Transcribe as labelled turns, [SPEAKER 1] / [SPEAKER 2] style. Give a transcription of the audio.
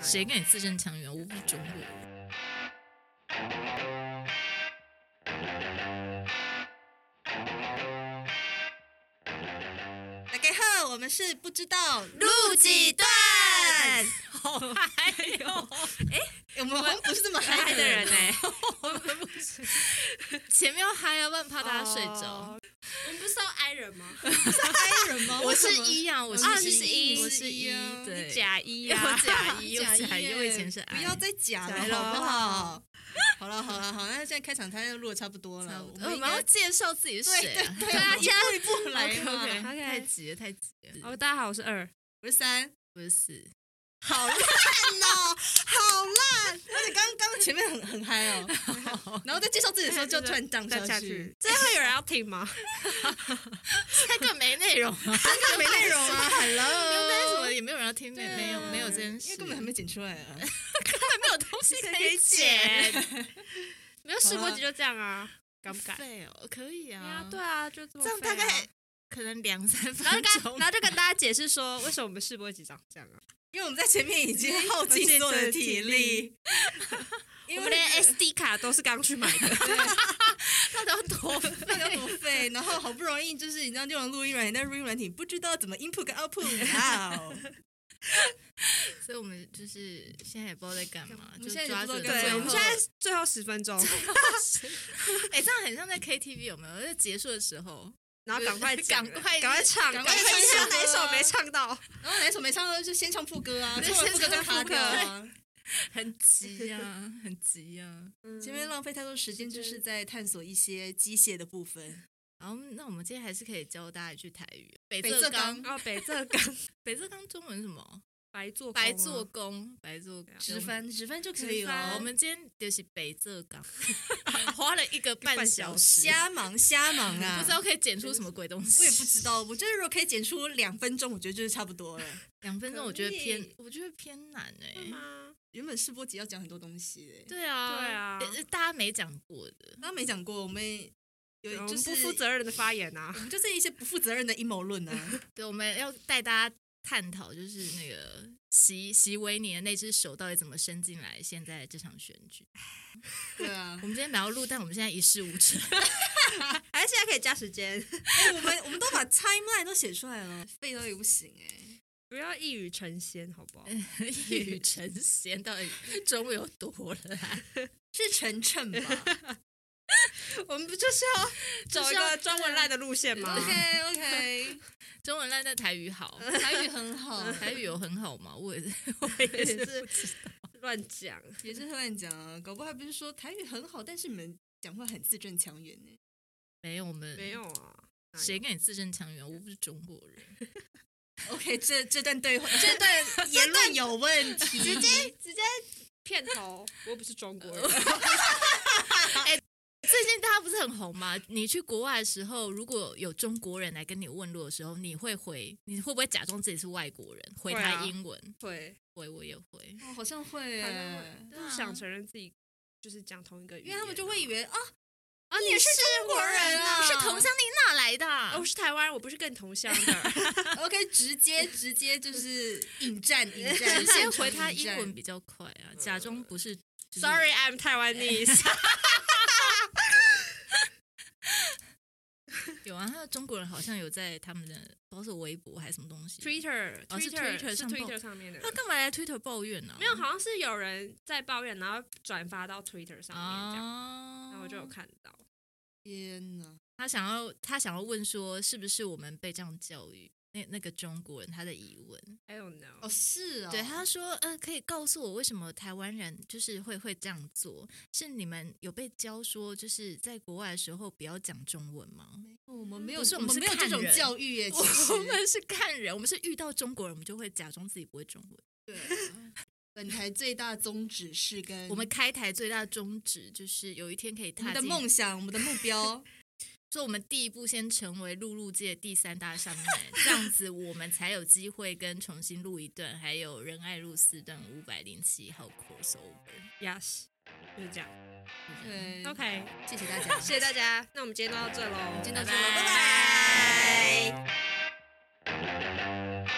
[SPEAKER 1] 谁跟你字正腔圆？我不是中国人。
[SPEAKER 2] 大家好，我们是不知道
[SPEAKER 3] 录几段，
[SPEAKER 1] 好嗨哟！
[SPEAKER 2] 我们好像不是这么嗨
[SPEAKER 3] 嗨的人呢、
[SPEAKER 1] 哎我们不是 前面要嗨啊，不然怕大家睡着。
[SPEAKER 3] 哦我们不是要挨人吗？
[SPEAKER 2] 嗨人吗？
[SPEAKER 1] 我是
[SPEAKER 2] 为什么
[SPEAKER 1] 一啊，我
[SPEAKER 2] 啊
[SPEAKER 1] 是
[SPEAKER 2] 你是一
[SPEAKER 1] 我
[SPEAKER 2] 你
[SPEAKER 1] 是
[SPEAKER 2] 是
[SPEAKER 1] 一
[SPEAKER 2] 一啊，
[SPEAKER 1] 对，
[SPEAKER 3] 假一
[SPEAKER 1] 我假 一，我
[SPEAKER 2] 假
[SPEAKER 1] 假一，
[SPEAKER 2] 耶
[SPEAKER 1] 我以前是 I，
[SPEAKER 2] 不要再假
[SPEAKER 3] 假
[SPEAKER 2] 了，
[SPEAKER 3] 了
[SPEAKER 2] 好不好？好了好了好，那现在开场他就录的差不多
[SPEAKER 1] 差
[SPEAKER 2] 了，
[SPEAKER 1] 不多嗯
[SPEAKER 2] 们
[SPEAKER 1] 我
[SPEAKER 2] 应
[SPEAKER 1] 们
[SPEAKER 2] 该
[SPEAKER 1] 要介绍自己是
[SPEAKER 2] 对
[SPEAKER 1] 谁
[SPEAKER 2] 对
[SPEAKER 1] 啊？
[SPEAKER 2] 对啊，
[SPEAKER 1] 这样
[SPEAKER 2] 一步一步来
[SPEAKER 1] OK，
[SPEAKER 2] 嘛。
[SPEAKER 3] OK
[SPEAKER 1] 太急了，太急了。
[SPEAKER 3] 哦，大家好，我是二。
[SPEAKER 2] 我是三，
[SPEAKER 1] 不是，
[SPEAKER 2] 好烂哦，好烂！而且刚刚前面很很嗨哦，然后在介绍自己的时候就突然荡
[SPEAKER 3] 再
[SPEAKER 2] 下
[SPEAKER 3] 下
[SPEAKER 2] 去
[SPEAKER 3] 去，，这会有人要听 吗？
[SPEAKER 1] 那个没内容 啊，
[SPEAKER 2] 真的没内容
[SPEAKER 1] 因
[SPEAKER 2] 啊
[SPEAKER 1] 为那是什
[SPEAKER 2] ！Hello，
[SPEAKER 1] 么也没有人要听，没没有没有这件
[SPEAKER 2] 啊因为
[SPEAKER 1] 事，
[SPEAKER 2] 根本还没剪出来啊。
[SPEAKER 1] 没有东西可以剪，
[SPEAKER 3] 剪， 没有试过集就这样啊，敢不敢？
[SPEAKER 1] 废哦，可以
[SPEAKER 3] 对
[SPEAKER 1] 啊
[SPEAKER 3] 啊，，对啊，就这么
[SPEAKER 1] 这样
[SPEAKER 3] 废啊
[SPEAKER 1] 大概可能两三
[SPEAKER 3] 然后
[SPEAKER 1] 分
[SPEAKER 3] 就跟
[SPEAKER 1] 钟
[SPEAKER 3] 然。后就跟大家解释说，为什么我们试播集长这样啊？
[SPEAKER 2] 因为我们在前面已经耗尽所有的体力，因
[SPEAKER 3] 我们
[SPEAKER 2] 为
[SPEAKER 3] 连 SD 卡都是刚去买 的，
[SPEAKER 1] 到底要 多
[SPEAKER 2] 那个多费，然后好不容易就是你知道这种录音软体，但是录音软体不知道怎么 input 跟 output，哇哦！
[SPEAKER 1] 所以我们就是现在也不知道在干嘛，
[SPEAKER 2] 我
[SPEAKER 1] 就
[SPEAKER 2] 们现在也
[SPEAKER 1] 抓
[SPEAKER 2] 不
[SPEAKER 1] 着
[SPEAKER 2] 知道干
[SPEAKER 1] 最
[SPEAKER 3] 对，
[SPEAKER 2] 嘛
[SPEAKER 1] 后
[SPEAKER 3] 我们现在最后十 分钟，
[SPEAKER 1] 哎，这样很像在 KTV 有没有？在结束的时候，
[SPEAKER 3] 然后 赶快讲
[SPEAKER 1] 赶快
[SPEAKER 3] 赶快唱，
[SPEAKER 2] 赶
[SPEAKER 3] 赶
[SPEAKER 2] 快
[SPEAKER 3] 快
[SPEAKER 2] 唱
[SPEAKER 3] 唱哪一
[SPEAKER 2] 歌啊
[SPEAKER 3] 首没唱到？
[SPEAKER 2] 然后哪一首没唱到就先唱副歌啊，
[SPEAKER 1] 对
[SPEAKER 2] 唱完副歌再
[SPEAKER 1] 先唱
[SPEAKER 2] 卡
[SPEAKER 1] 副歌
[SPEAKER 2] 掉啊。
[SPEAKER 1] 很急呀， 很急啊呀。
[SPEAKER 3] 嗯
[SPEAKER 2] 前面浪费太多时间，就是在探索一些机械的部分。
[SPEAKER 1] 然后，那我们今天还是可以教大家一句台语。北
[SPEAKER 2] 北
[SPEAKER 1] 浙
[SPEAKER 2] 浙
[SPEAKER 1] 江
[SPEAKER 2] 江，
[SPEAKER 3] 哦，北浙港
[SPEAKER 1] 北浙江中文是什么？
[SPEAKER 3] 白做啊
[SPEAKER 1] 白做工，白做工。
[SPEAKER 2] 直翻直翻就可以
[SPEAKER 3] 直翻
[SPEAKER 2] 了。
[SPEAKER 1] 好我们今天就是北浙 港，花了一个半小时，啊
[SPEAKER 2] 瞎忙瞎忙啊！
[SPEAKER 1] 不知道可以剪出什么鬼东西。
[SPEAKER 2] 我也不知道，我觉得如果可以剪出两分钟，我觉得就是差不多了。
[SPEAKER 1] 两分钟，我觉得
[SPEAKER 3] 可以
[SPEAKER 1] 偏，我觉得偏难哎、
[SPEAKER 3] 吗？
[SPEAKER 2] 原本试播集要讲很多东西的、
[SPEAKER 1] 对啊，
[SPEAKER 3] 对啊
[SPEAKER 1] 呃大家没讲过的。
[SPEAKER 2] 刚刚没讲过，我们有
[SPEAKER 3] 我
[SPEAKER 2] 就
[SPEAKER 3] 们
[SPEAKER 2] 是
[SPEAKER 3] 不负，责任的发言啊
[SPEAKER 2] 我！们就是一些不负责任的阴谋论啊。
[SPEAKER 1] 对，我们要带大家探讨，就是那个席席维尼的那只手到底怎么伸进来现在这场选举。
[SPEAKER 2] 对啊
[SPEAKER 1] 我，们今天本来要录，但我们现在一事无成。
[SPEAKER 3] 还是现在可以加时间，
[SPEAKER 2] 哎我们我们都把 timeline 都写出来了， 废到也不行哎、
[SPEAKER 3] 不要一语成仙，好不好？
[SPEAKER 1] 一语成仙，到底 中文有多烂？
[SPEAKER 2] 是晨晨 吧
[SPEAKER 3] 我们不 就是要啊走一个中文烂的路线吗？
[SPEAKER 2] ？OK OK，
[SPEAKER 1] 中文烂，但台语好。
[SPEAKER 2] 台语很 好，
[SPEAKER 1] 台语有很好吗？我也是， 我也是不知道。
[SPEAKER 3] 乱讲，
[SPEAKER 2] 也是乱讲啊，搞不好还不是说台语很好，但是你们讲话很字正腔圆呢、
[SPEAKER 1] 没有，我们
[SPEAKER 3] 没有啊？
[SPEAKER 1] 谁跟你字正腔圆？我不是中国人。
[SPEAKER 2] OK，这这段对话， 这段言论有问题，直接
[SPEAKER 3] 直接 片头，我又不是中国人，
[SPEAKER 1] 哎最近大家不是很红吗？你去国外的时候，如果有中国人来跟你问路的时候，你会回，你会不会假装自己是外国人，回
[SPEAKER 3] 会啊
[SPEAKER 1] 他英文？
[SPEAKER 3] 对，
[SPEAKER 1] 会，我也会。
[SPEAKER 2] 哦，好像会、
[SPEAKER 3] 好
[SPEAKER 2] 欸
[SPEAKER 3] 像，
[SPEAKER 1] 对
[SPEAKER 3] 不
[SPEAKER 1] 啊
[SPEAKER 3] 想承认自己就是讲同一个语
[SPEAKER 2] 因
[SPEAKER 3] 言，
[SPEAKER 2] 为他们就会以为 啊，
[SPEAKER 1] 啊，
[SPEAKER 2] 你是中国人啊
[SPEAKER 1] 是同乡，你哪来的啊？
[SPEAKER 3] 哦，我是台湾人，我不是跟你同乡 的，
[SPEAKER 2] OK，直接直接就是引战引战，
[SPEAKER 1] 直接回他
[SPEAKER 2] 引
[SPEAKER 1] 英
[SPEAKER 2] 战
[SPEAKER 1] 文。比较快啊，假装不是。就是
[SPEAKER 3] Sorry, I'm Taiwanese。
[SPEAKER 1] 有啊，他的中国人好像有在他们的不知道是微博还是什么东西
[SPEAKER 3] Twitter，
[SPEAKER 1] 哦是 Twitter
[SPEAKER 3] 是
[SPEAKER 1] 上报
[SPEAKER 3] Twitter 上面的
[SPEAKER 1] 他。干嘛来 Twitter 抱怨呢、啊？
[SPEAKER 3] 没有，好像是有人在抱怨，然后转发到 Twitter 上面这样，
[SPEAKER 1] 啊，
[SPEAKER 3] 然后我就有看到。
[SPEAKER 2] 天哪！
[SPEAKER 1] 他想要他想要问说，是不是我们被这样教育？那那个中国人他的疑问，
[SPEAKER 3] I don't know，
[SPEAKER 2] 哦，是啊、哦，
[SPEAKER 1] 对他说，呃，可以告诉我为什么台湾人就是会会这样做？是你们有被教说，就是在国外的时候不要讲中文吗？
[SPEAKER 2] 哦我们没有，
[SPEAKER 1] 不是
[SPEAKER 2] 我
[SPEAKER 1] 我们是
[SPEAKER 2] 们没有这
[SPEAKER 1] 看
[SPEAKER 2] 种
[SPEAKER 1] 人
[SPEAKER 2] 教育耶。其实
[SPEAKER 1] 我们是看人，我们是遇到中国人，我们就会假装自己不会中文。
[SPEAKER 2] 对啊，本台最大宗旨是跟
[SPEAKER 1] 我们开台最大的宗旨就是有一天可以
[SPEAKER 2] 我们
[SPEAKER 1] 踏
[SPEAKER 2] 的
[SPEAKER 1] 进
[SPEAKER 2] 梦想，我们的目 标，
[SPEAKER 1] 所以我们第一步先成为录录界第三大山脉，这样子我们才有机会跟重新录一段，还有仁爱路四段五百零七号 crossover。
[SPEAKER 3] Yes，就是这样。
[SPEAKER 2] 对
[SPEAKER 3] OK，
[SPEAKER 2] 谢谢大家，
[SPEAKER 3] 谢谢大家，那我们今天就到这喽，
[SPEAKER 2] 今天到这
[SPEAKER 1] 拜
[SPEAKER 2] 了，
[SPEAKER 1] 拜
[SPEAKER 2] 拜拜。
[SPEAKER 3] 拜。